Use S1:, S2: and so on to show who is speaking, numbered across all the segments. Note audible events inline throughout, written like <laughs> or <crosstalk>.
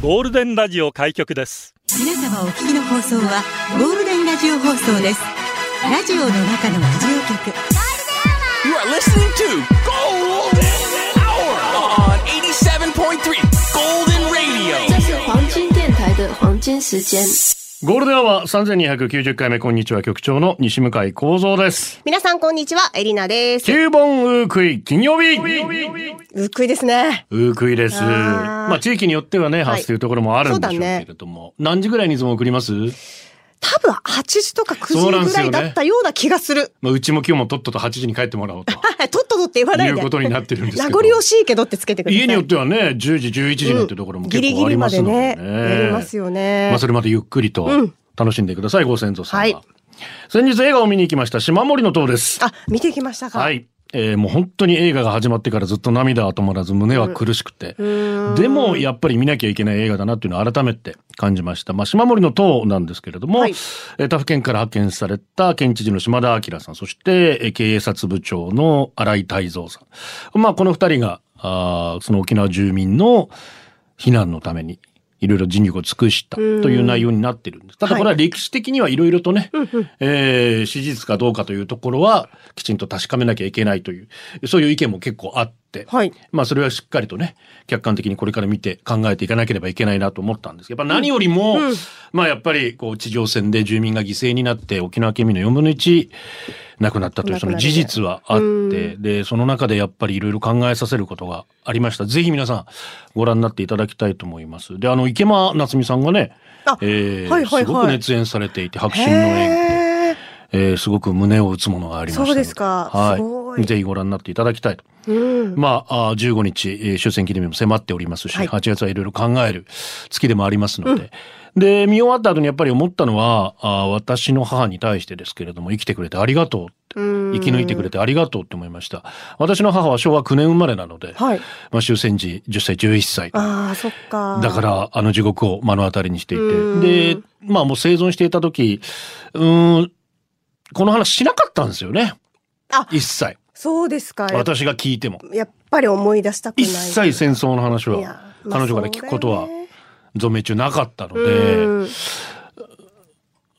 S1: ゴールデンラジオ開局です
S2: 皆様お聞きの放送はゴールデンラジオ放送ですラジオの中のラジオ局
S3: You are listening to Golden Hour on 87.3 Golden Radio.
S4: 这是黄金电台的黄金时间。
S5: ゴールデンは三千二百九十回目こんにちは局長の西向井光三です。
S6: 皆さんこんにちは、エリナです。
S5: 九本ウークイ金曜日。
S6: うっくいですね。
S5: ウークイです。
S6: あー
S5: まあ地域によってはね
S6: い
S5: 発生というところもあるんでしょうけれども、何時ぐらいにいつも送ります？
S6: 多分8時とか9
S5: そうなん
S6: 時
S5: で
S6: ぐ
S5: すよね
S6: らいだったような気がする。 <laughs>
S5: まあうちも今日もとっとと八時に帰ってもらおうと
S6: はいとっととって言わないいうで。
S5: ことになってるんですけど。
S6: 名残惜しいけどってつけてください。
S5: 家によってはね10時11時なんてところも
S6: ギ
S5: 結
S6: リ
S5: 構
S6: ギ
S5: あり
S6: リ
S5: ま
S6: ますで
S5: ので
S6: ね
S5: ね。。
S6: やりますよね。
S5: まあそれまでゆっくりと
S6: うん
S5: 楽しんでください、ご先祖さんは、
S6: はい
S5: 先日映画を見に行きました島森の塔です。
S6: あ、見てきましたか。
S5: はい。えーもう本当に映画が始まってからずっと涙は止まらず胸は苦しくて、でもやっぱり見なきゃいけない映画だなっていうのを改めて感じました。まあ、島森の塔なんですけれども、
S6: はい
S5: えー他府県から派遣された県知事の島田明さん、そしてえー警察部長の新井泰造さん。まあ、この二人が、あーその沖縄住民の避難のために、いろいろ尽力を尽くしたという内容になってるんです。ただこれは歴史的にはいろいろとね、えー史実かどうかというところはきちんと確かめなきゃいけないという、そういう意見も結構あって、
S6: はい
S5: まあそれはしっかりとね、客観的にこれから見て考えていかなければいけないなと思ったんですけど、やっぱ何よりも、まあやっぱりこう地上戦で住民が犠牲になって沖縄県民の4分の1亡くなったというその事実はあって、で、その中でやっぱりいろいろ考えさせることがありました。ぜひ皆さんご覧になっていただきたいと思います。で、あの池間夏美さんがね
S6: あ、
S5: えー
S6: はいはいはい
S5: すごく熱演されていて、白真の演技で。
S6: へー
S5: えーすごく胸を打つものがありましたの
S6: そうですかすご
S5: はいい。ぜひご覧になっていただきたいと。まあ、あー15日、えー終戦記念日も迫っておりますし、
S6: はい
S5: 8月はいろいろ考える月でもありますので。で、見終わった後にやっぱり思ったのは、あー私の母に対してですけれども、生きてくれてありがとうって。生き抜いてくれてありがとうって思いました。私の母は昭和9年生まれなので、
S6: はい
S5: まあ終戦時10歳、11歳。
S6: ああ、そっか。
S5: だから、あの地獄を目の当たりにしてい
S6: うん
S5: て。で、まあもう生存していた時、うーん、この話しなかったんですよね。
S6: あ
S5: 一切。
S6: そうですか。や
S5: 私が聞いても。
S6: やっぱり思い出したくない。
S5: 一切戦争の話
S6: い
S5: は
S6: やまあ
S5: 彼女から聞くことは
S6: そうだよね
S5: 存命中なかったの
S6: う
S5: で、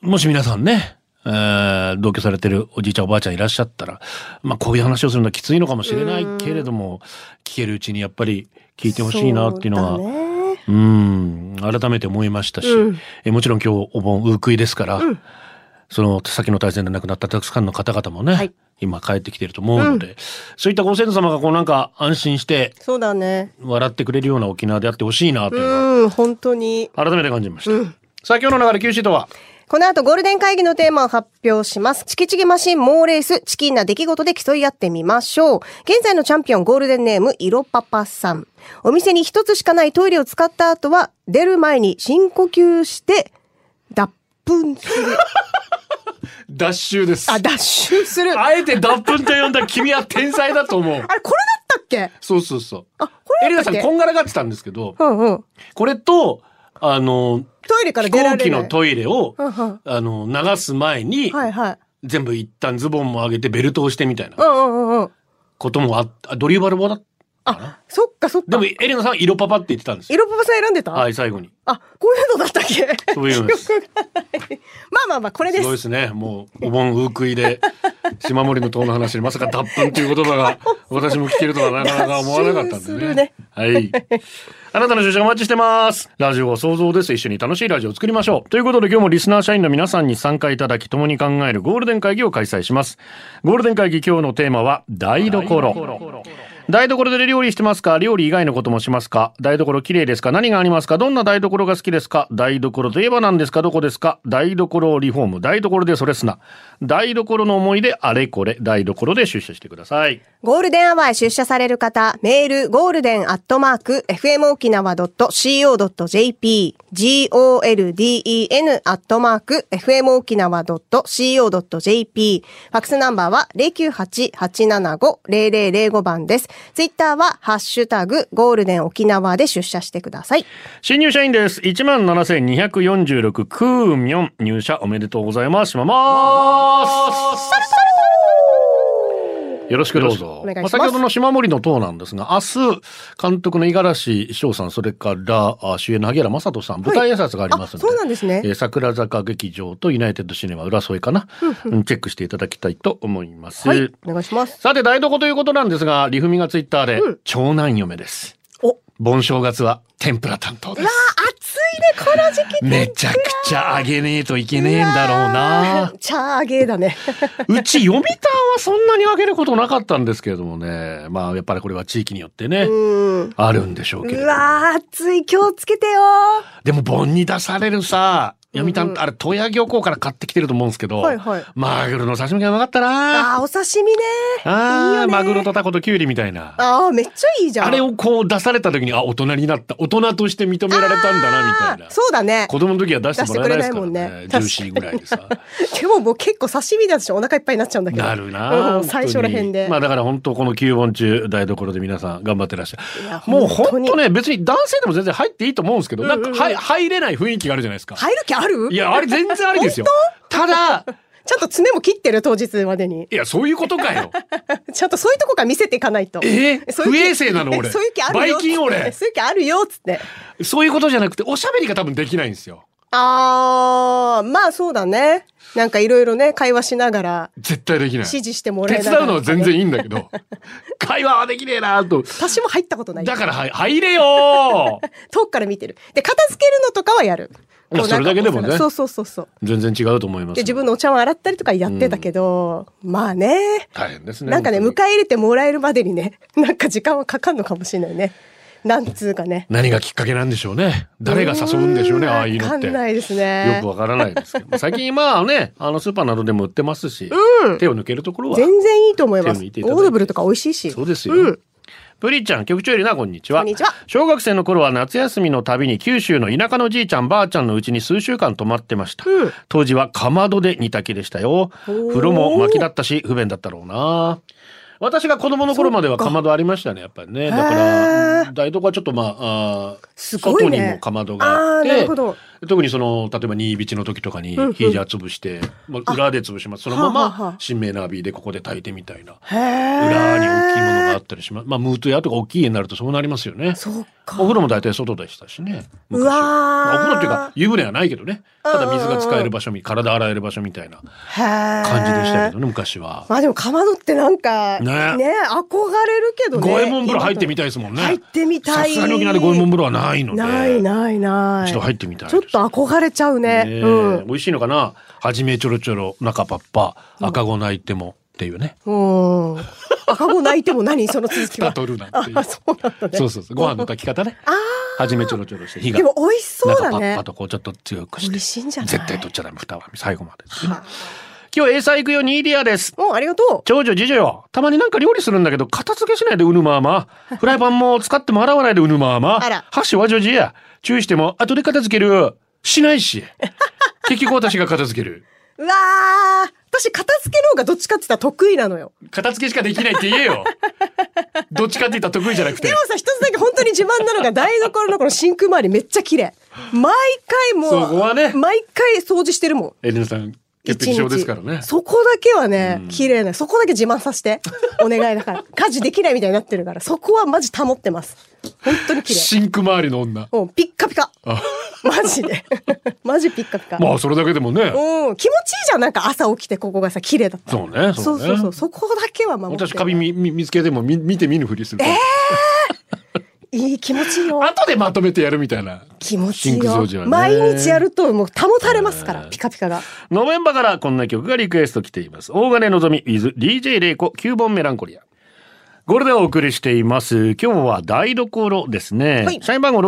S6: ん
S5: もし皆さんね、えー同居されてるおじいちゃんおばあちゃんいらっしゃったら、まあこういう話をするのはきついのかもしれないけれども、聞けるうちにやっぱり聞いてほしいなっていうのは、
S6: そうだね
S5: うん、改めて思いましたし、
S6: うん
S5: えもちろん今日お盆、ウークイですから、その先の大戦で亡くなったたくさんの方々もね、
S6: はい
S5: 今帰ってきてると思うので、そういったご先祖様がこうなんか安心して
S6: そうだね。
S5: 笑ってくれるような沖縄であってほしいなというのは、
S6: うん、本当に。
S5: 改めて感じました。さあ今日の流れ、休止とは
S6: この後ゴールデン会議のテーマを発表します。チキチキマシン猛レース、チキンな出来事で競い合ってみましょう。現在のチャンピオンゴールデンネーム、いろパパさん。お店に一つしかないトイレを使った後は、出る前に深呼吸して、脱粉
S5: <laughs>
S6: する。
S5: 脱臭です
S6: あ、脱臭する。あ
S5: あえて脱粉と呼んだ君は天才だと思
S6: <laughs>
S5: う。
S6: れ、これだったっけ
S5: そうそうそう。
S6: あ、こ
S5: エ
S6: れ
S5: リ
S6: だ
S5: ナ
S6: った
S5: さ
S6: っ
S5: ん
S6: け
S5: こんがらがってたんですけど、
S6: うんうん。
S5: これと、あの、
S6: トイレから
S5: 飛
S6: 出ら
S5: 行
S6: れ
S5: 機
S6: る。
S5: のトイレを、
S6: うんうん
S5: あの、流す前に、
S6: はいはい。
S5: 全部一旦ズボンも上げてベルトをしてみたいうなん
S6: うんうんうん。
S5: こともあった。ドリューバルボだったかな
S6: そっかそっ
S5: で
S6: か
S5: も、。エリナさんは色パパって言ってたんです
S6: い
S5: よ。
S6: ろパパさん選んでた
S5: はい、最後に。
S6: あ、こういうのだったっけ
S5: そういうのです
S6: 記憶がない <laughs> まあまあまあ、これですす
S5: ごい。ですね。もう、お盆、ウークイで、島森の塔の話で、まさか脱粉という言葉が、私も聞けるとはなかなか思わなかったん
S6: 脱臭す
S5: でね。
S6: るね
S5: はい。あなたの出社お待ちしてます。ラジオは想像です。一緒に楽しいラジオを作りましょう。ということで、今日もリスナー社員の皆さんに参加いただき、共に考えるゴールデン会議を開催します。ゴールデン会議今日のテーマは、台所。台所で料理してますか料理以外のこともしますか台所綺麗ですか何がありますかどんな台所が好きですか台所といえば何ですかどこですか台所をリフォーム。台所でそれすな。台所の思い出あれこれ。台所で出社してください。
S6: ゴールデンアワーへ出社される方、メール、ゴールデンアットマーク、fmokinawa.co.jp、golden アットマーク、fmokinawa.co.jp、ファックスナンバーは098-875-0005番です。ツイッターは、ハッシュタグ、ゴールデン沖縄で出社してください。
S5: 新入社員です。17,246クーミョン。入社おめでとうございます。しまます。よろしくどうぞ。
S6: お願いし
S5: まあ
S6: ます
S5: 先ほどの島森の塔なんですが、明日、監督の五十嵐翔さん、それからあ主演の萩原雅人さん、舞台挨拶がありますので、
S6: あそうなんですね
S5: えー桜坂劇場とユナイテッドシネマ浦添かな、うんチェックしていただきたいと思います。
S6: はい、お願いします。
S5: さて、台所ということなんですが、りふみがツイッターで、
S6: うん
S5: 長男嫁です。
S6: お、
S5: 盆正月は天ぷら担当で
S6: うわ
S5: す。
S6: ー暑いねこの時期
S5: めちゃくちゃあげねえといけねえんだろうな。
S6: チャーゲーだね
S5: <laughs> うち読谷はそんなにあげることなかったんですけれどもね。まあ、やっぱりこれは地域によってね、
S6: うん
S5: あるんでしょうけれ
S6: う
S5: ど。
S6: わー暑い気をつけてよ
S5: でも、盆に出されるさ、読
S6: うんう
S5: 谷、
S6: ん
S5: あれ、富谷漁港から買ってきてると思うんですけど、
S6: はいはい
S5: マグロの刺身がうまかったな。あ
S6: あーお刺身ねいい
S5: あ
S6: よ
S5: ー、
S6: ね
S5: マグロとタコとキュウリみたいな。
S6: あーめっちゃいいじゃん
S5: あれをこう出された時に、あ、大人になった。大人として認められたんだな、みたい
S6: あ
S5: な
S6: ー。そうだね
S5: 子供の時は出してもらえないですから
S6: 出してくれないもん
S5: ね
S6: ね。
S5: ジューシーぐらいでさ。
S6: でももう結構刺身だとしてお腹いっぱいになっちゃうんだけど
S5: なるな
S6: う
S5: あ
S6: ん最初らへんで、
S5: まあだから本当この9本中台所で皆さん頑張ってらっし
S6: い
S5: ゃ
S6: や
S5: る。もう本
S6: 本当
S5: 当
S6: に
S5: ね、別に男性でも全然入っていいと思うんですけど、なんか
S6: うんうんうん
S5: はい入れない雰囲気があるじゃないですか。
S6: 入る気ある
S5: いや、あれ全然ありですよ。ただ、
S6: ちゃんと爪も切ってる当日までに
S5: いや、そういうことかよ。
S6: ちゃんとそういうとこから見せていかないと
S5: え
S6: そういう
S5: 不
S6: 気
S5: 衛生なの俺
S6: そういう気あるよ
S5: ばい菌俺
S6: そういう気あるよっつって
S5: そういうことじゃなくて、おしゃべりが多分できないんですよ。
S6: あーまあそうだねなんかいろいろね会話しながら
S5: 絶対できない。
S6: 指
S5: 手
S6: 示してもらえ
S5: 伝
S6: ながら
S5: うのは全然いいんだけ
S6: <laughs>
S5: ど、会話はできねえなと。
S6: 私も入ったことない
S5: だから、はい入れよー
S6: 遠くから見てるで片付けるのとかはやる
S5: まあ
S6: こうなんか
S5: それだけでもね
S6: そうそうそうそう
S5: 全然違うと思います。
S6: で自分のお茶碗洗ったりとかやってたけど、まあね
S5: 大変ですね。
S6: なんかね迎
S5: 本
S6: え
S5: 当に
S6: 入れてもらえるまでにね <laughs> なんか時間はかかんのかもしれないねなんつうかね
S5: 何がきっかけなんでしょうね。誰が誘うんでしょうね、ああいうの
S6: わ
S5: っ
S6: か
S5: て。
S6: んないです
S5: よ
S6: ね
S5: くわからないですけ
S6: <laughs>
S5: ど。最近まあね、あのスーパーなどでも売ってますし、手を抜けるところは。
S6: 全然いいと思います
S5: 手
S6: オ
S5: 抜いていただいて
S6: ードブルとか美味しいし
S5: そうですよ。
S6: うん
S5: プリちゃん、局長よりな、こんにちは。
S6: こんにちは
S5: 小学生の頃は夏休みのたびに九州の田舎のじいちゃん、ばあちゃんのうちに数週間泊まってました。
S6: うん
S5: 当時はかまどで煮炊きでしたよ。
S6: ー
S5: 風呂も薪だったし、不便だったろうな。私が子供の頃まではかまどありましたね、やっぱりね。だか
S6: へ
S5: ら、台所はちょっとまあ、あー
S6: すごいね
S5: 外にもかまどがあ
S6: あ
S5: っ
S6: あーな
S5: て
S6: るほ、ど
S5: 特にその例えば新引の時とかに
S6: うんうん
S5: ヒージャー潰して、まあ、裏で潰しますそのま
S6: はあはあは
S5: ま
S6: あ
S5: 新名ナビでここで炊いてみたいな
S6: へえ
S5: 裏に大きいものがあったりしますまあムート屋とか大きい家になるとそうなりますよね
S6: そうか
S5: お風呂も大体外でしたしね昔
S6: うわー
S5: まあお風呂っていうか湯船はないけどねただ水が使える場所み体洗える場所みたいな感
S6: 感
S5: じでしたけどね昔は
S6: まあでもかまどってなんか
S5: ね
S6: ね憧れるけど
S5: 五
S6: ね
S5: 右衛門風呂入ってみたいですもんね
S6: 入ってみたい
S5: さすがに沖縄で五右衛門風呂はないので
S6: ないないない
S5: 一度入ってみたい
S6: ちょっと憧れちゃうね
S5: ねえ
S6: うん
S5: 美味しいのかなはじめちょろちょろ中パッパ赤子泣いてもっていうね
S6: うん赤子泣いても何 <laughs> その続きは
S5: 蓋取るなんていう
S6: あそうなんだね
S5: そうそうそうご飯の炊き方ね
S6: あ
S5: はじめちょろちょろして火
S6: ー
S5: が
S6: でも美味しそう
S5: 中パ
S6: だ
S5: ッ
S6: ね
S5: パとこうちょっと強くして
S6: 美味しいんじゃない
S5: 絶対取っちゃダメ蓋は最後までですね今日 A さん行くよニーディアです
S6: うんありがと
S5: 長女次女よたまになんか料理するんだけど片付けしないでうぬまま
S6: <laughs>
S5: フライパンも使っても洗わないでうぬまま
S6: あら
S5: 箸は女児や注意しても後で片付けるしない
S6: <laughs>
S5: し結局私が片付ける
S6: ううわー私片付けの方がどっちかって言ったら得意なのよ
S5: 片付けしかできないって言え
S6: <laughs>
S5: よどっちかって言ったら得意じゃなくて
S6: でもさ一つだけ本当に自慢なのが台所のこのシンク周りめっちゃ綺麗毎回もう
S5: そこはね
S6: 毎回掃除してるもん
S5: エレナさん潔癖
S6: 一
S5: 症
S6: 日
S5: ですからね
S6: そこだけはね綺麗なそこだけ自慢させて <laughs> お願いだから家事できないみたいになってるからそこはマジ保ってます本当に綺麗
S5: シンク周りの女
S6: もうピッカピカ
S5: あ
S6: マジで <laughs> マジピッカピカ、
S5: まあそれだけでもね
S6: うん気持ちいいじゃんなんか朝起きてここがさ綺麗だった
S5: そうね
S6: そ
S5: そううね
S6: そうそうそこだけは守って
S5: 私カビ見見見つけても見見て見ぬふりする、
S6: いい気持ちいいよ
S5: 後でまとめてやるみたいな
S6: 気持ちい
S5: シ
S6: い
S5: ンク掃
S6: よ、
S5: 除はね
S6: 毎日やるともう保たれますからピカピカが
S5: ノベンバからこんな曲がリクエスト来ています。大金のぞみ with DJ レイコ9本メランコリア。ゴールデンをお送りしています。今日は台所ですね。
S6: はい
S5: 社員番号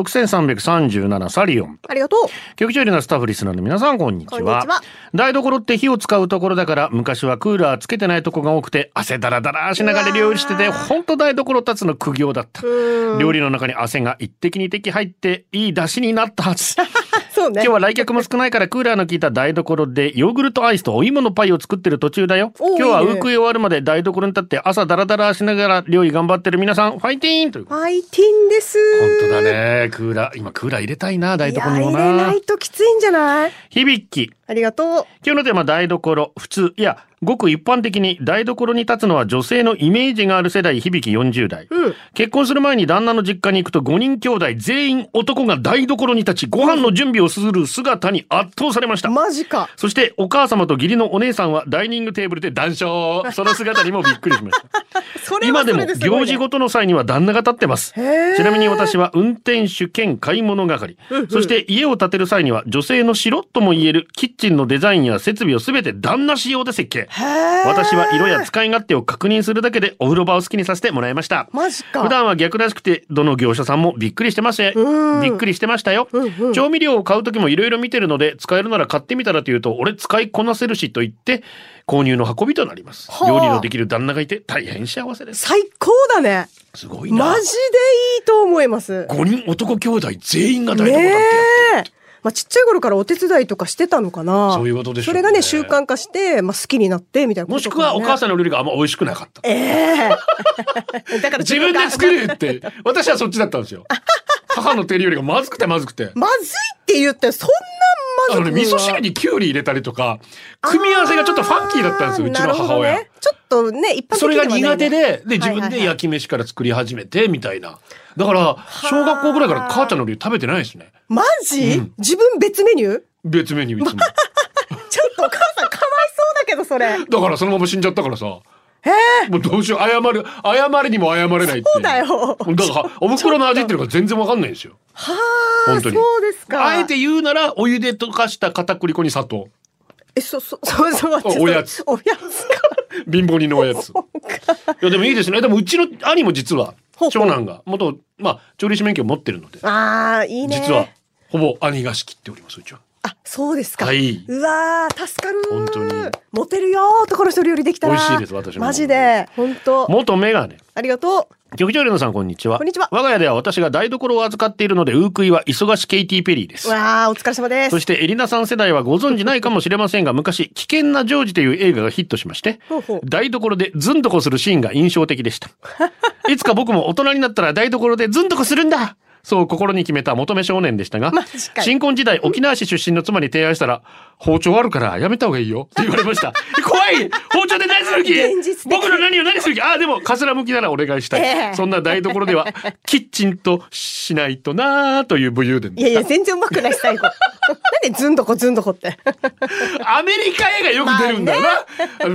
S5: 6337サリオン。
S6: ありがとう
S5: 局長よりのスタッフリスナーの皆さん、こんにちは。
S6: こんにちは
S5: 台所って火を使うところだから、昔はクーラーつけてないとこが多くて、汗だらだらしながら料理してて、
S6: うわー
S5: ほんと台所立つの苦行だった。
S6: うん
S5: 料理の中に汗が一滴二滴入って、いい出汁になったはず。
S6: そうね
S5: <laughs> 今日は来客も少ないからクーラーの効いた台所でヨーグルトアイスとお芋のパイを作ってる途中だよ。
S6: おー
S5: 今日はい
S6: いね
S5: ウクイ終わるまで台所に立って朝ダラダラしながら料理頑張ってる皆さん、ファイティーンという。
S6: ファイティンです
S5: 本当だね。クーラー、今クーラー入れたいな、台
S6: いや
S5: 所にも
S6: 入れな。
S5: ない
S6: ときついんじゃない
S5: 響き。
S6: ありがとう
S5: 今日のテーマ台所、普通。いや、ごく一般的に台所に立つのは女性のイメージがある世代響き40代、
S6: うん
S5: 結婚する前に旦那の実家に行くと5人兄弟全員男が台所に立ちご飯の準備をする姿に圧倒されました、
S6: マジか。
S5: そしてお母様と義理のお姉さんはダイニングテーブルで談笑その姿にもびっくりしました
S6: <laughs> それは
S5: 今
S6: そ
S5: でも
S6: れですごいね
S5: 行事ごとの際には旦那が立ってます。
S6: へー
S5: ちなみに私は運転手兼買い物係。そして家を建てる際には女性の白とも言えるキッチンのデザインや設備を全て旦那仕様で設計。
S6: へー
S5: 私は色や使い勝手を確認するだけでお風呂場を好きにさせてもらいました。
S6: マジか
S5: 普段は逆らしくてどの業者さんもびっくりしてまして
S6: うん
S5: びっくりしてましたよ、
S6: うんうん
S5: 調味料を買う時もいろいろ見てるので使えるなら買ってみたらというと俺使いこなせるしと言って購入の運びとなります
S6: はあ
S5: 料理のできる旦那がいて大変幸せです
S6: 最高だね。
S5: すごいな
S6: マジでいいと思います。
S5: 5人男兄弟全員が台所だって
S6: ね
S5: やってる
S6: え。まあ、ちっちゃい頃からお手伝いとかしてたのかな。
S5: そういうことでしょう
S6: そ
S5: ね
S6: れがね、習慣化して、まあ、好きになって、みたいなこと
S5: もしくはお母さ
S6: ん。
S5: んの料理があんま美味しくなかった
S6: ええだから
S5: 自分で作るって私はそっちだったんですよ母の手料理がまずくてまずくて
S6: まずいって言って、そん
S5: あ
S6: な
S5: の
S6: ま
S5: ね
S6: ずくない
S5: 味噌汁にきゅうり入れたりとか組み合わせがちょっとファンキーだったんですようちの母
S6: あーな
S5: 親
S6: るほどねちょっとね、一般的
S5: それが苦手
S6: はない
S5: で、で、自
S6: は
S5: 分
S6: いはい
S5: で焼き飯から作り始めて、みたいな。だから、小学校ぐらいから母ちゃんの料理食べてないですね。
S6: マジ、
S5: うん
S6: 自分別メニュー
S5: 別メニュ
S6: <laughs>
S5: ーいつも。
S6: ちょっとお母さんかわいそうだけど、それ。
S5: だからそのまま死んじゃったからさ。もうどうしよう、謝る、謝れにも謝れないってい
S6: そうだよ
S5: だから、お袋の味っていうのが全然わかんないんですよ。
S6: はあ、
S5: 本
S6: そ
S5: 当
S6: う
S5: に
S6: ですか。
S5: あえて言うなら、お湯で溶かした片栗粉に砂糖。
S6: え、そ、そ、そ、そ、
S5: おやつ
S6: おやつか。
S5: 貧乏人のお
S6: <laughs>
S5: やつ。いや、でもいいですね。でもうちの兄も実は
S6: ほう、ほう
S5: 長男が、元、まあ、調理師免許を持ってるので、
S6: ああ、いいね。
S5: 実は、ほぼ兄が仕切っております、うちは。
S6: あ、そうですか。
S5: はい。
S6: うわー、助かる。
S5: 本当に。
S6: モテるよー、ところ一人よりできたら。
S5: 美味しいです私も
S6: マジで。本当。
S5: 元メガネ。
S6: ありがとう。
S5: 局長レナさんこんにちは。
S6: こんにちは
S5: 我が家では私が台所を預かっているので、ウークイは忙しケイティ・ペリーです
S6: う。わー、お疲れ様です。
S5: そしてエリナさん世代はご存知ないかもしれませんが、昔、危険なジョージという映画がヒットしまして
S6: ほうほう、
S5: 台所でズンとこするシーンが印象的で
S6: <laughs>
S5: した。いつか僕も大人になったら台所でズンとこするんだそう心に決めた求め少年でしたが
S6: マジか、よ
S5: 新婚時代沖縄市出身の妻に提案したら、包丁あるからやめた方がいいよって言われま
S6: <laughs>
S5: した。怖い包丁で何する気
S6: 現実的
S5: 僕の何を何する気ああ、でもかすら向きならお願いしたい。
S6: ええ
S5: そんな台所では、キッチンとしないとなーという武勇伝で
S6: い
S5: した
S6: やいや、全然うまくな
S5: <laughs>
S6: い、最後。なんでずんどこずんどこって。
S5: アメリカ映画よく出るんだよな。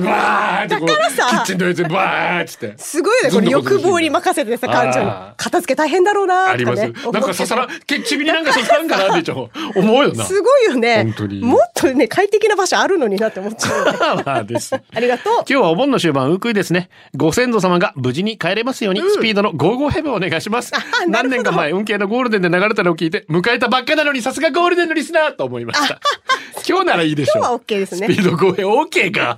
S5: バーってこう、キ
S6: だからさ
S5: ッチンのやつでバーっつって。
S6: すごいね、この
S5: ずんどこずんどこ
S6: 欲望に任せてさ、感情
S5: あ
S6: に
S5: ー。
S6: 片付け大変だろうな
S5: あ
S6: ー
S5: り
S6: と
S5: ま
S6: か
S5: す。な
S6: ね
S5: ん。か刺さら、けちびになんか刺さらんかなってちょっと思うよな。
S6: すごいよね。
S5: 本当に
S6: もっとね、快適な場所あるのになって思っちゃ
S5: <laughs>
S6: うよね。
S5: まあまあです。
S6: ありがとう。
S5: 今日はお盆の終盤、ウークイですね。ご先祖様が無事に帰れますように、スピードの55ヘブをお願いします。
S6: なるほど
S5: 何年か前、運慶のゴールデンで流れたのを聞いて、迎えたばっかなのに、さすがゴールデンのリスナーと思いました。今日ならいいでしょう。
S6: 今日は OK ですね
S5: スピード5ヘブ、OK か。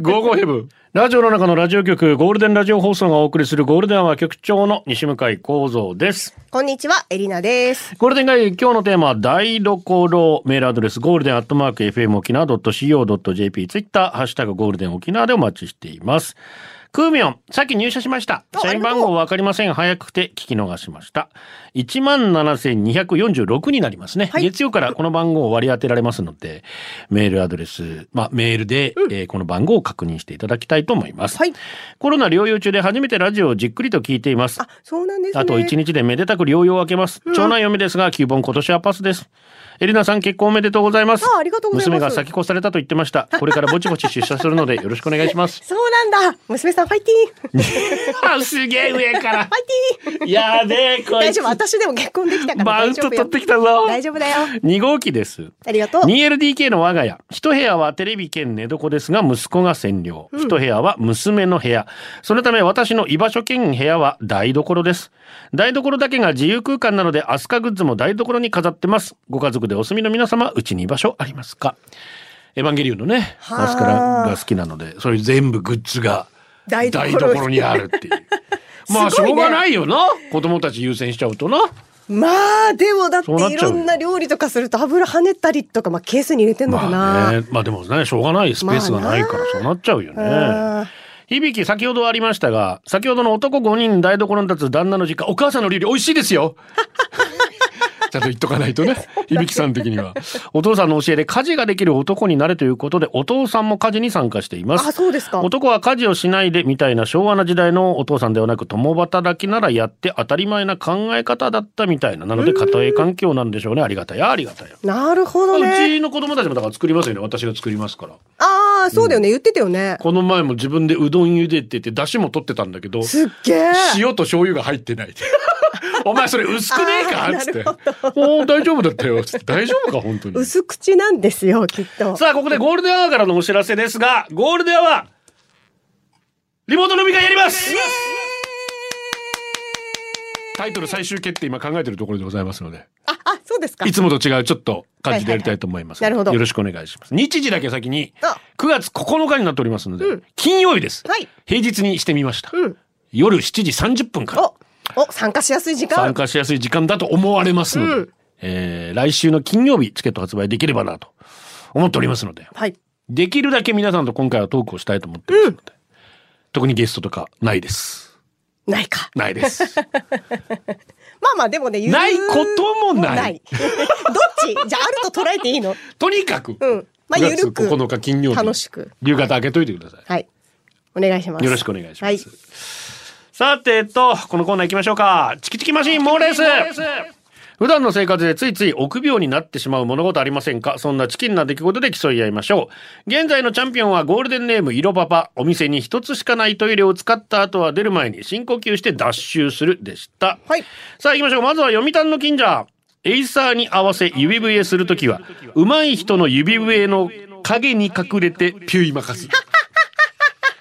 S5: 55ヘブ。ラジオの中のラジオ局、ゴールデンラジオ放送がお送りするゴールデンは局長の西向井幸三です。
S6: こんにちは、エリナです。
S5: ゴールデン会議、今日のテーマは台所、メールアドレス、ゴールデンアットマーク、FM 沖縄 .co.jp、ツイッター、ハッシュタグゴールデン沖縄でお待ちしています。クーミョン、さっき入社しました。
S6: あ
S5: 社員番号わかりません。早くて聞き逃しました。17,246になりますね、
S6: はい
S5: 月曜からこの番号を割り当てられますので、メールアドレス、まあ、メールで、えーこの番号を確認していただきたいと思います。
S6: はい
S5: コロナ療養中で初めてラジオをじっくりと聞いています
S6: あ。、そうなんですね。
S5: あと1日でめでたく療養を明けます。長男嫁ですが、旧本今年はパスです。エリナさん結婚おめでとうございます。
S6: あありがとうございます
S5: 娘が先越されたと言ってました。これからぼちぼち出社するのでよろしくお願いしま
S6: <laughs>
S5: す。
S6: そうなんだ。娘さん、ファイティーン。フ
S5: あすげえ上から
S6: ァ。イティー
S5: <laughs>
S6: ン。
S5: やべえ、こ
S6: 大
S5: いつ
S6: 丈夫。。私でも結婚できたから
S5: マウ
S6: 大
S5: ン
S6: 丈
S5: ト
S6: 夫
S5: 取
S6: よ
S5: っ。てきたぞ。
S6: 大丈夫だよ。
S5: 2号機です。
S6: ありがとう。
S5: 2LDK の我が家一部屋はテレビ兼寝床ですが息子が占領、一部屋は娘の部屋そのため私の居場所兼部屋は台所です台所だけが自由空間なのでアスカグッズも台所に飾ってますご家族でお住みの皆様うちに居場所ありますかエヴァンゲリオンのね
S6: はあ
S5: アスカラが好きなのでそういう全部グッズが
S6: 台
S5: 台
S6: 所に
S5: 所にあるって
S6: <laughs>
S5: いうまあ
S6: す
S5: し
S6: ごいね
S5: ょうがないよな子供たち優先しちゃうとな
S6: まあ、でもだって
S5: そうなっ
S6: い
S5: ちゃうよ
S6: ろんな料理とかすると油跳ねたりとか、まあ、ケースに入れてんのかな。
S5: まあね、まあでもね、しょうがないスペースがないか
S6: まあ
S5: ら
S6: な
S5: そうなっちゃうよ
S6: うん
S5: ね。響き先ほどありましたが、先ほどの男5人台所に立つ旦那の実家、お母さんの料理美味しいですよ。ちゃんと言っとかない <laughs> とね。響さん的には。お父さんの教えで家事ができる男になれということで、お父さんも家事に参加しています。
S6: あそうですか
S5: 男は家事をしないでみたいな昭和な時代のお父さんではなく、共働きならやって当たり前な考え方だったみたいな。なので、家庭環境なんでしょうね。ありがたや、ありがたや。
S6: なるほど
S5: う
S6: ね。
S5: ちの子供たちもだから作りますよね。私が作りますから。
S6: ああ、そうだよね。言ってたよね。
S5: この前も自分でうどん茹でてて、出汁も取ってたんだけど、
S6: すっげえ。
S5: 塩と醤油が入ってない。 <laughs> お前それ薄くねえ
S6: あ
S5: か
S6: ー
S5: つって
S6: なる。
S5: おー大丈夫だったよ。つって大丈夫か本
S6: <laughs>
S5: 当に。
S6: 薄口なんですよ、きっと。
S5: さあ、ここでゴールデンアワーからのお知らせですが、ゴールデンアワー、リモート飲み会やりますタイトル最終決定今考えてるところでございますので、
S6: あ、あ、そうですか。
S5: いつもと違うちょっと感じでやりたいと思います。
S6: はいはいはいなるほど
S5: よろしくお願いします。日時だけ先に
S6: あ、
S5: 9月9日になっておりますので、
S6: うん
S5: 金曜日です、
S6: はい
S5: 平日にしてみました。
S6: うん
S5: 夜7時30分から。
S6: お、お、参加しやすい時間。
S5: 参加しやすい時間だと思われますので、
S6: うん
S5: えー来週の金曜日チケット発売できればなと思っておりますので、
S6: はい。
S5: できるだけ皆さんと今回はトークをしたいと思ってますので、特にゲストとかないです。
S6: ないか。
S5: ない
S6: <laughs>
S5: です。
S6: まあまあ、でもね、言う
S5: ないことも
S6: <laughs>
S5: ない
S6: どっちじゃあ、あると捉えていいの
S5: とにかく、
S6: うんまあ
S5: 9月
S6: ゆるく
S5: 9日金曜日、
S6: 楽しく。
S5: 夕方開けといてください。
S6: はい。お願いします。
S5: よろしくお願いします。
S6: はい。
S5: さてと、このコーナー行きましょうか。チキチキマシン猛レース普段の生活でついつい臆病になってしまう物事ありませんかそんなチキンな出来事で競い合いましょう。現在のチャンピオンはゴールデンネームいろパパ。お店に一つしかないトイレを使った後は出る前に深呼吸して脱臭するでした。
S6: はい
S5: さあ行きましょう。まずは読谷の近所。エイサーに合わせ指笛するときは、上手い人の指笛の影に隠れてピュイ任す。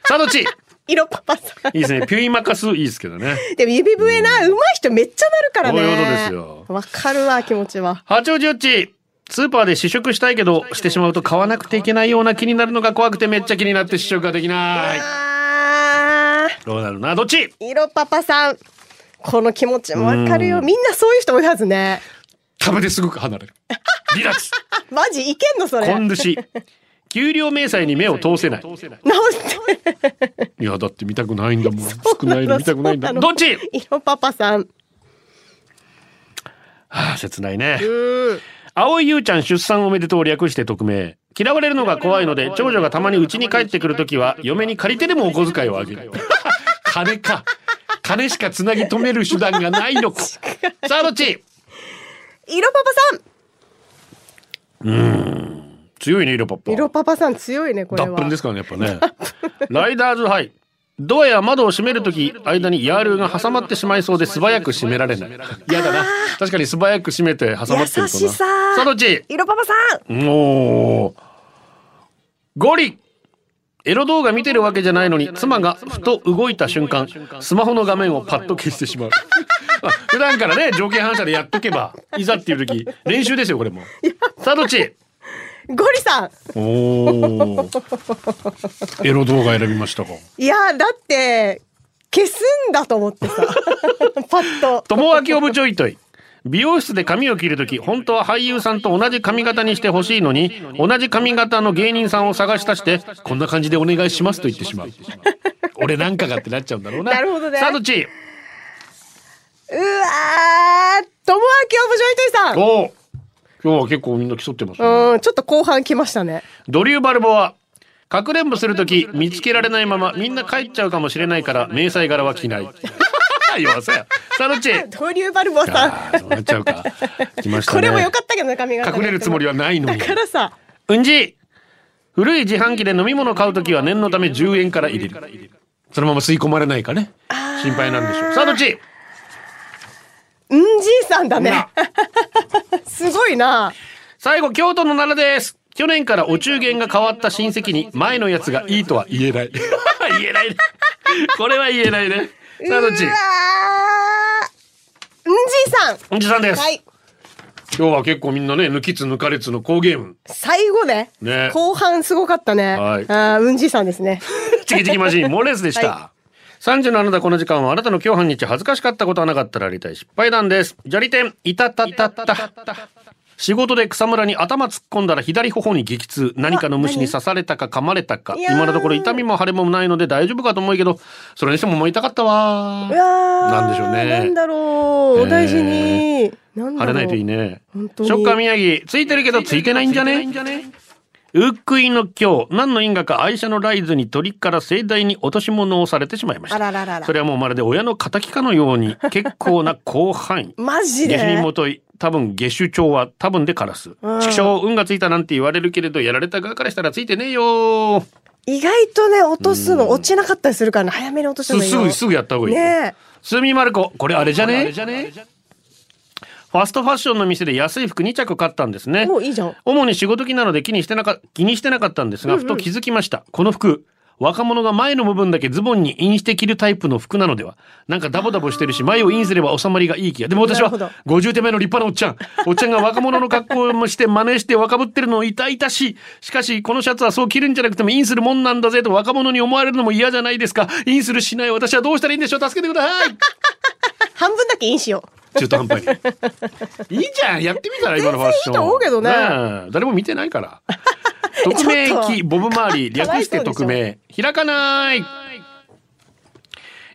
S5: さあどっち
S6: 色パパさん。
S5: いいですね。ピュイマカスいいですけどね。
S6: でも指笛な、上手い人めっちゃなるからね。
S5: そういうことですよ
S6: わかるわ、気持ちは。
S5: 八王子よっち。スーパーで試食したいけど、してしまうと買わなくていけないような気になるのが怖くてめっちゃ気になって試食ができない。
S6: あー
S5: どうなるなどっち
S6: 色パパさん。この気持ちもわかるよ。みんなそういう人多いはずね。
S5: 食べてすぐ離れる。離脱。
S6: あマジいけんのそれ。
S5: コンドゥ
S6: 直
S5: シ。給料明細に目を通せない。
S6: して。
S5: いや、だって見たくないんだもん。少ないの見たくないんだ。
S6: そうなの
S5: どっち
S6: 色パパさん。
S5: はあ、切ないね。
S6: うん。
S5: 青いゆうちゃん出産おめでとう略して匿名。嫌われるのが怖いので、長女がたまに家に帰ってくるときは、嫁に借りてでもお小遣いをあげる。金か。金しかつなぎ止める手段がない <laughs> のか。さあ、どっち
S6: 色パパさ
S5: 強いね、色パパ
S6: ん。。色パパさん強いね、これ
S5: 脱
S6: は。
S5: 粉ですからね、やっぱね。ライダーズハイ。ドアや窓を閉めるとき、間にヤールが挟まってしまいそうで素早く閉められない。嫌だな。確かに素早く閉めて挟まってるとな。
S6: 優しさ
S5: さあ、どっち
S6: 色パパさん。
S5: おーゴリエロ動画見てるわけじゃないのに妻がふと動いた瞬間スマホの画面をパッと消してしまうあ普段からね条件反射でやっとけばいざっていう時練習ですよこれもさあどっち
S6: ゴリさん。
S5: おーエロ動画選びましたか
S6: いやーだって消すんだと
S5: <laughs>
S6: 思ってさパッと
S5: 友明おぶちょいとい美容室で髪を切るとき本当は俳優さんと同じ髪型にしてほしいのに同じ髪型の芸人さんを探し出してこんな感じでお願いしますと言ってしまう俺なんかがってなっちゃうんだろうな
S6: なるほどね
S5: さあどっち
S6: うわー友明オブジョイトイさん
S5: おう今日は結構みんな競ってますね
S6: うんちょっと後半来ましたね
S5: ドリューバルボアかくれんぼするとき見つけられないままみんな帰っちゃうかもしれないから迷彩柄は着ない <laughs> 弱さやさあどっち
S6: ドリューバルボさん
S5: ああそうなっちゃうか来ましたね
S6: これも良かったけどね髪型
S5: 隠れるつもりはないの
S6: だ
S5: に
S6: からさ
S5: うんじ古い自販機で飲み物買うときは念のため10円から入れる。そのまま吸い込まれないかね。心配なんでしょう。さあ、どっち
S6: うんじいさんだね <laughs> すごいな
S5: 最後、京都の奈良です。去年からお中元が変わった親戚に前のやつがいいとは言えない。 <laughs> 言えないね。これは言えないね。さあ、どっち
S6: うわーうんじいさん
S5: うんじさんです。
S6: はい
S5: 今日は結構みんなね、抜きつ抜かれつの好ゲーム。
S6: 最後ね
S5: ね
S6: 後半すごかったね、
S5: はい
S6: あーうんじいさんで
S5: <laughs>
S6: すね
S5: チキチキマ
S6: <laughs>
S5: シン、モレースでした。三十のあなたこの時間はあなたの今日半日恥ずかしかったことはなかったらやりたい失敗談です。砂利店、いたたたた。仕事で草むらに頭突っ込んだら左頬に激痛何かの虫に刺されたか噛まれたか
S6: いやー
S5: 今のところ痛みも腫れもないので大丈夫かと思うけどそれにしてももう痛かったわ
S6: うわー
S5: なんでしょうね
S6: なんだろう。お大事に。なんだろ
S5: 晴れ
S6: う。
S5: ないといい。ね。
S6: 本当に
S5: ショッカー宮城、ついてるけどついてないんじゃねウックイの今日、何の因果か愛車のライズに鳥から盛大に落とし物をされてしまいまし
S6: あ
S5: た。
S6: らららら。。
S5: それはもうまるで親の仇かのように、結構な広範囲
S6: マジ
S5: 下
S6: で。
S5: 手にもとい、多分下手帳は多分でカラス。
S6: うん
S5: 畜生、運がついたなんて言われるけれど、やられた側からしたらついてねえよ
S6: 意外とね、落とすの落ちなかったりするからね、早めに落とした
S5: す
S6: の
S5: ぐ、すぐ、すぐやった方がいい。
S6: ね
S5: すみまる子、これあれじゃねファストファッションの店で安い服2着買ったんです
S6: え。
S5: ね。
S6: もういいじゃん。
S5: 主に仕事着なので気にしてなか気にしてなかったんですが、ふと気づきました。この服、若者が前の部分だけズボンにインして着るタイプの服なのではなんかダボダボしてるし、前をインすれば収まりがいい気が。でも私は
S6: なるほ、
S5: 50手前の立派なおっちゃん。おっちゃんが若者の格好をして真似して若ぶってるのを痛々しい。しかし、このシャツはそう着るんじゃなくてもインするもんなんだぜと若者に思われるのも嫌じゃないですか。インするしない私はどうしたらいいんでしょう助けてください
S6: 半分だけインしよ
S5: 中途半端に。 <laughs> いいじゃんやってみたら今のファッション。
S6: 全然いいと思うけどね
S5: え誰も見てない
S6: <laughs>
S5: から。匿名機ボブ周り略して匿名。開かない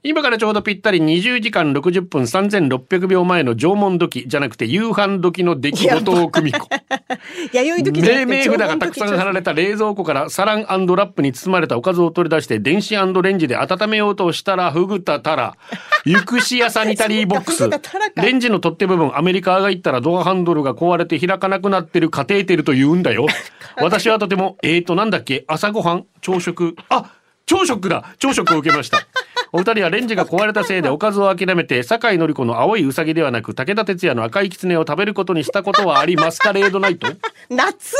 S5: 今からちょうどぴったり20時間60分3600秒前の縄文時じゃなくて夕飯時の出来事を組子。
S6: う。弥生時じゃ
S5: 命名
S6: なくて
S5: 札がたくさん貼られた冷蔵庫からサランラップに包まれたおかずを取り出して電子レンジで温めようとしたらフグタタ
S6: <laughs>
S5: ラゆくしやサニタリーボック
S6: そ
S5: ス
S6: うだタラか
S5: レンジの取っ手部分アメリカがいったらドアハンドルが壊れて開かなくなってるカテーテルと言うんだ
S6: <laughs>
S5: よ私はとてもえーとなんだっけ朝ごはん朝食あ朝食だ朝食を受けました。お二人はレンジが壊れたせいでおかずを諦めて、酒井のり子の青いウサギではなく、武田鉄矢の赤いキツネを食べることにしたことはありますかレードナイト
S6: 夏い
S5: め <laughs> んどくせ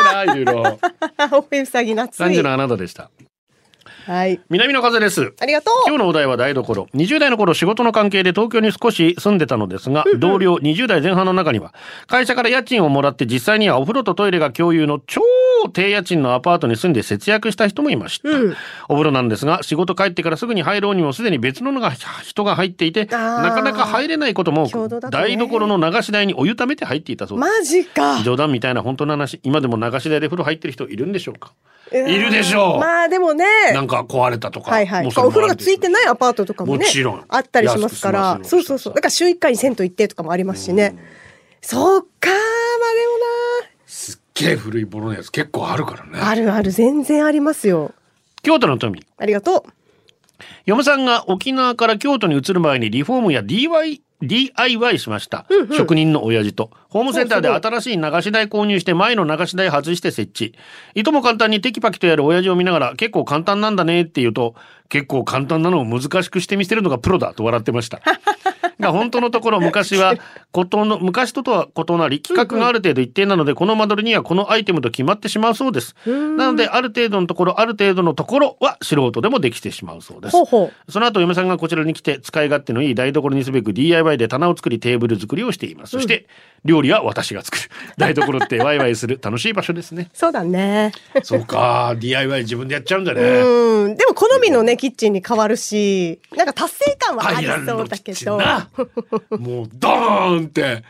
S5: えないろいろ。
S6: <laughs> なおふさぎ夏
S5: 三
S6: い
S5: 時の。あなたでした。
S6: はい。
S5: 南の風です。
S6: ありがと
S5: 今日のお題は台所。20代の頃仕事の関係で東京に少し住んでたのですが、同僚20代前半の中には、会社から家賃をもらって実際にはお風呂とトイレが共有の超低家賃のアパートに住んで節約した人もいました。
S6: うん
S5: お風呂なんですが、仕事帰ってからすぐに入ろうにもすでに別ののが人が入っていて、
S6: ー
S5: なかなか入れないことも
S6: 共
S5: 多
S6: 同
S5: く、
S6: だとね。
S5: 台所の流し台にお湯ためて入っていたそううです。
S6: マジか。
S5: 冗談みたいな本当の話、今でも流し台で風呂入ってる人いるんでしょうか
S6: うわー
S5: いるでしょう
S6: まあでもね。
S5: なんか壊れたとか。
S6: はいはい。
S5: もう
S6: お
S5: それも
S6: 風呂
S5: あ
S6: が
S5: るで
S6: ついてないアパートとかもね。
S5: もちろん
S6: あったりしますか
S5: 安
S6: ら
S5: く。済ませ
S6: そ
S5: る
S6: うそうそう。だから週一回に銭湯行ってとかもありますしね。そうかーまあ
S5: すっげえ古いもののやつ結構あるから
S6: でも
S5: ね。
S6: な。あるある。全然ありますよ。
S5: 京都の富。
S6: ありがとう。
S5: 嫁さんが沖縄から京都に移る前にリフォームや DIY DIY しました、職人の親父とホームセンターで新しい流し台購入して前の流し台外して設置いとも簡単にテキパキとやる親父を見ながら結構簡単なんだねって言うと結構簡単なのを難しくしてみせるのがプロだと笑ってましたが本当のところ昔はことの昔ととは異なり規格がある程度一定なのでこの間取りにはこのアイテムと決まってしまうそうですなのである程度のところある程度のところは素人でもできてしまうそうです
S6: ほうほ。
S5: その後嫁さんがこちらに来て使い勝手のいい台所にすべく DIY で棚を作りテーブル作りをしています。そして料理は私が作る。 <laughs> 台所ってワイワイする楽しい場所ですね
S6: う。そうだね。
S5: そうか、DIY 自分でやっちゃうんだね。
S6: うん。でも好みのね、キッチンに変わるし、なんか達成感はありそうだけど。
S5: <laughs> もうドーンって、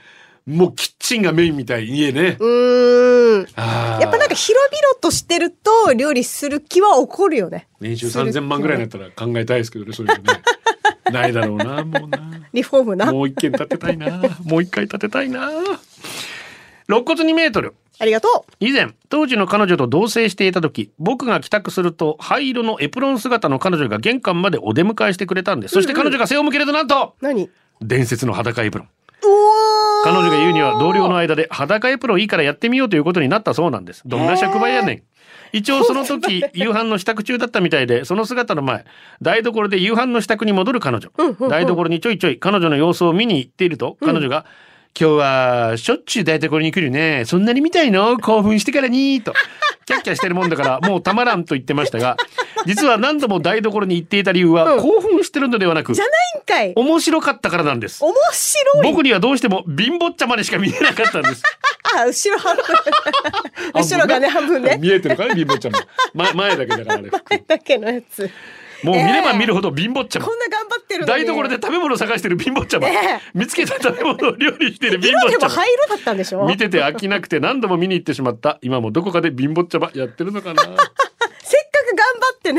S5: もうキッチンがメインみたい家ね。
S6: うん。や
S5: や
S6: っぱなんか広々としてると料理する気は起こるよね。
S5: 年収
S6: する気
S5: 3000
S6: は
S5: 万ぐらいになったら考えたいですけどね、そういうの <laughs> ね。ないだろうな、もうな。
S6: リフォームな。
S5: もう一軒建てたいな。もう一回建てたいな。肋骨2メートル。
S6: ありがとう。
S5: 以前、当時の彼女と同棲していた時、僕が帰宅すると、灰色のエプロン姿の彼女が玄関までお出迎えしてくれたんです。そして彼女が背を向けるとなんと、
S6: 何
S5: 伝説の裸エプロン。
S6: おー
S5: 彼女が言うには同僚の間で裸エプロンいいからやってみようということになったそうなんです。どんな職場やねん。一応その時、夕飯の支度中だったみたいで、その姿の前、台所で夕飯の支度に戻る彼女。台所にちょいちょい彼女の様子を見に行っていると、彼女が、今日はしょっちゅう台所に来るね。そんなに見たいの興奮してからにと。キャッキャしてるもんだから、もうたまらんと言ってましたが、実は何度も台所に行っていた理由は、興奮してるのではなく
S6: じ、ゃないんかい
S5: 面白かったからなんです。
S6: 面白い
S5: 僕にはどうしても貧乏っちゃまでしか見えなかったんです。
S6: あ、後ろ
S5: <laughs>
S6: 半分。 <laughs> 後ろがね、半分ね。 <laughs>
S5: 見えてるかね、貧乏ちゃま。前、前だけだからあれ。
S6: だけのやつ。
S5: もう見れば見るほど貧乏ちゃま
S6: こんな頑張ってるのに
S5: 台所で食べ物探してる貧乏ちゃま、
S6: ね
S5: 見つけた食べ物を料理してる貧
S6: 色
S5: 乏ち
S6: で
S5: ゃ
S6: も
S5: ま
S6: 灰色だったんでしょ
S5: 見てて飽きなくて何度も見に行ってしまった今もどこかで貧乏ちゃまやってるの
S6: <laughs>
S5: かな
S6: せっかく頑張って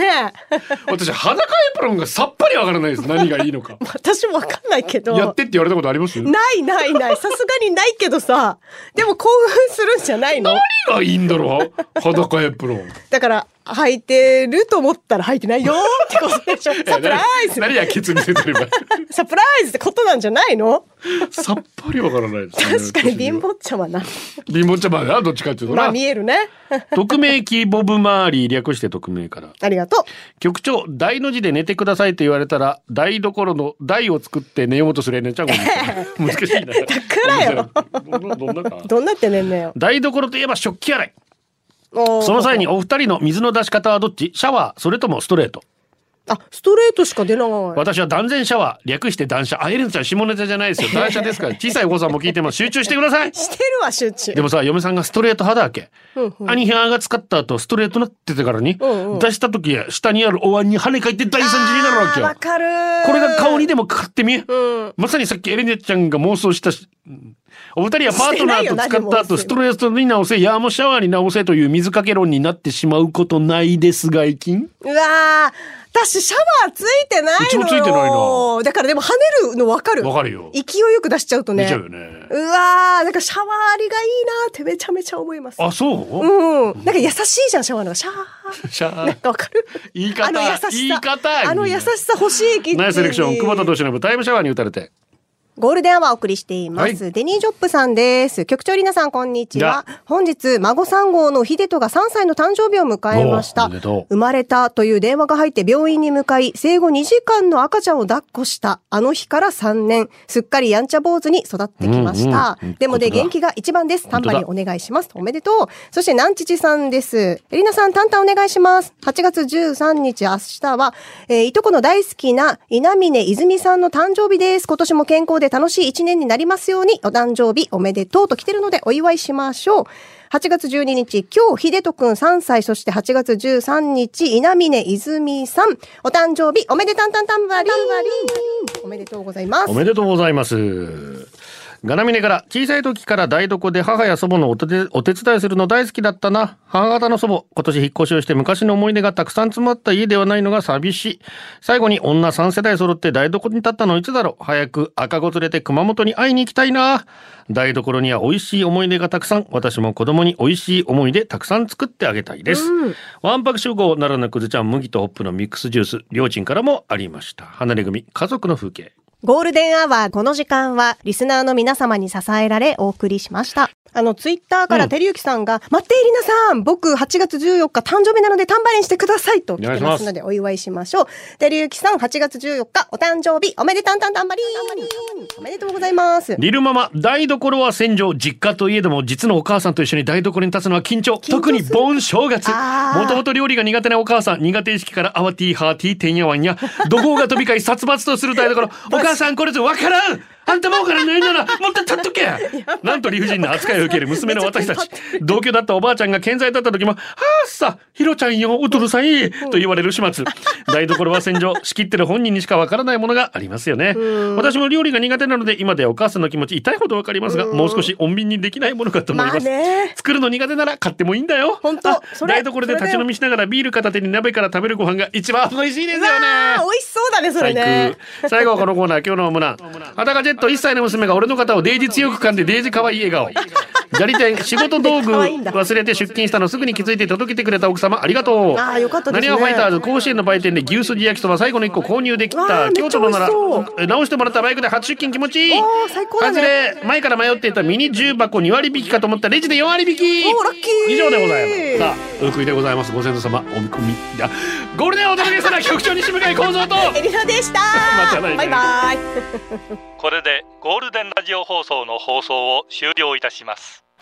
S6: ね <laughs>
S5: 私裸エプロンがさっぱりわからないです何がいいの
S6: <laughs>
S5: か
S6: 私もわかんないけど
S5: やってって言われたことあります何
S6: ないないないさすがにないけどさでも興奮するんじゃないの
S5: がいいんだろう裸エプロン
S6: だから履いてると思ったら履いてないよってこと
S5: <laughs>
S6: でしょ <laughs> サプライズ
S5: 何やケツ見せてれ
S6: <laughs>
S5: ば
S6: サプライズってことなんじゃないの
S5: さっぱりわからないです
S6: 確
S5: ね、
S6: かに貧乏ちゃまな
S5: 貧乏ちゃまだなどっちかっていうと
S6: ま
S5: な、
S6: あ見えるね
S5: 匿名キーボブマーリー略して匿名から
S6: ありがと
S5: 局長大の字で寝てくださいと言われたら台所の台を作って寝ようとするやねちゃんこの難しいなだ
S6: からよ
S5: どんなか
S6: うどんなってねんねよ
S5: 台所といえば食器洗い
S6: そ
S5: その際にお二人の水の出し方はどっちシャワーそれともストレート
S6: あストレートしか出ない
S5: 私は断然シャワー略して断捨あエレンちゃん下ネタじゃないですよ断捨ですから小さいお子さんも聞いてます集中してください
S6: してるわ集中
S5: でもさ嫁さんがストレート派だわけ
S6: うんうん
S5: 兄アが使った後ストレートなっててからに、
S6: うんうん
S5: 出した時下にあるお椀に跳ね返って大惨事になるわけ
S6: あーわ
S5: よ
S6: かるー
S5: これが顔にでもかかってみ、
S6: うん
S5: まさにさっきエレネちゃんが妄想したし、うんお二人はパートナーと使った後、ス
S6: して
S5: ト
S6: な
S5: レートに直せ、ヤーもシャワーに直せという水かけ論になってしまうことないですが、いきん
S6: うわー私シャワーついてないう
S5: ちも
S6: のよ
S5: ついてないな
S6: だからでも跳ねるのわかる
S5: わかるよ。
S6: 勢いよく出しちゃうとね
S5: 出ちゃうよね。
S6: うわーなんかシャワーありがいいなーってめちゃめちゃ思います
S5: あ、そう、
S6: うんなんか優しいじゃんシャワーのシャー
S5: シャ
S6: なん
S5: ー。
S6: かわかる
S5: 言い方
S6: あの優しさ
S5: 言い方
S6: あの優しさ欲しいキッチンに
S5: ナイスセレクション、久保田としのぶ、タイムシャワーに打たれて。
S6: ゴールデンアワーお送りしています。
S5: は
S6: デニー・ジョップさんです。局長リナさん、こんにちは
S5: や。
S6: 本日、孫3号の秀人が3歳の誕生日を迎えまし
S5: お
S6: た。
S5: おめでとう
S6: 生まれたという電話が入って病院に向かい、生後2時間の赤ちゃんを抱っこした。あの日から3年、すっかりやんちゃ坊主に育ってきました。
S5: うんうん
S6: でもで、
S5: 本当だ
S6: 元気が一番です。
S5: 本
S6: 丹
S5: 当
S6: 波
S5: だ
S6: にお願いします。おめでとう。そして、南父さんです。エリナさん、タンタンお願いします。8月13日、明日は、えーいとこの大好きな稲峰泉さんの誕生日です。今年も健康で楽しい一年になりますように、お誕生日おめでとうと来てるのでお祝いしましょう。8月12日、今日、秀人くん3歳、そして8月13日、稲峰泉さん、お誕生日おめでたんたんたんばりん。おめでとうございます。
S5: おめでとうございます。ガナミネから小さい時から台所で母や祖母のお手でお手伝いするの大好きだったな母方の祖母今年引っ越しをして昔の思い出がたくさん詰まった家ではないのが寂しい最後に女3世代揃って台所に立ったのいつだろう早く赤子連れて熊本に会いに行きたいな台所には美味しい思い出がたくさん私も子供に美味しい思い出たくさん作ってあげたいです、わんぱく集合ならぬくずちゃん麦とホップのミックスジュース両親からもありました離れ組家族の風景
S6: ゴールデンアワー、この時間は、リスナーの皆様に支えられ、お送りしました。あの、ツイッターか
S5: う
S6: ら、
S5: ん
S6: てりゆきさんが、待って、エリナさん僕、8月14日、誕生日なので、タンバリンしてくださいと来てますので、お祝いしましょう。てりゆきさん、8月14日、お誕生日、おめでたんたんたんばりんおめでとうございます。
S5: リルママ、台所は戦場、実家といえども、実のお母さんと一緒に台所に立つのは緊張。
S6: する
S5: 特に盆正月。
S6: あー
S5: もともと料理が苦手なお母さん、苦手意識からアワティーハーティーてんやわんや、怒号が飛び交い殺伐とする台
S6: <laughs>
S5: 所。お母さん、これぞわからんあんたもわからないなら、もっと立っとけなんと理不尽な扱いを受ける娘の私たち。同居だったおばあちゃんが健在だった時も、はあさ、ひろちゃんよ、おとるさいと言われる始末。台所は戦場、仕切ってる本人にしかわからないものがありますよね。私も料理が苦手なので、今ではお母さんの気持ち痛いほどわかりますが、もう少し穏便にできないものかと思い
S6: まあ
S5: ます。
S6: ね。
S5: 作るの苦手なら買ってもいいんだよ。
S6: ほんと
S5: あ
S6: それ
S5: 台所で立ち飲みしながらビール片手に鍋から食べるご飯が一番美味しいです
S6: わ
S5: よね。
S6: ー、美味しそうだね、それ
S5: 最
S6: ね。
S5: 高最後はこのコーナー今日のオムラン裸ジェット1歳の娘が俺の肩をデージ強く噛んでデージ可愛い笑顔砂利店仕事道具忘れて出勤したのすぐに気づいて届けてくれた奥様ありがとう
S6: あーよかったですね
S5: 何はファイターズ甲子園の売店で牛すじ焼きそば最後の1個購入でき
S6: わ
S5: た
S6: ーめ
S5: 京
S6: っちゃ
S5: 都
S6: 美
S5: の
S6: 味
S5: な
S6: し
S5: ら
S6: そう
S5: 直してもらったバイクで初出勤気持ちいい
S6: おー最高だね
S5: 外れ前から迷っていたミニ重箱2割引きかと思ったレジで4割引き
S6: おーラッキー
S5: 以上でございますさあお送りでございますご先祖様お見込みあゴールデンをお届けしたら局長西向井幸三と
S6: <laughs> エリナで
S5: <laughs>
S6: した
S5: たないね
S6: バイバイ。
S1: これでゴールデンラジオ放送の放送を終了いたします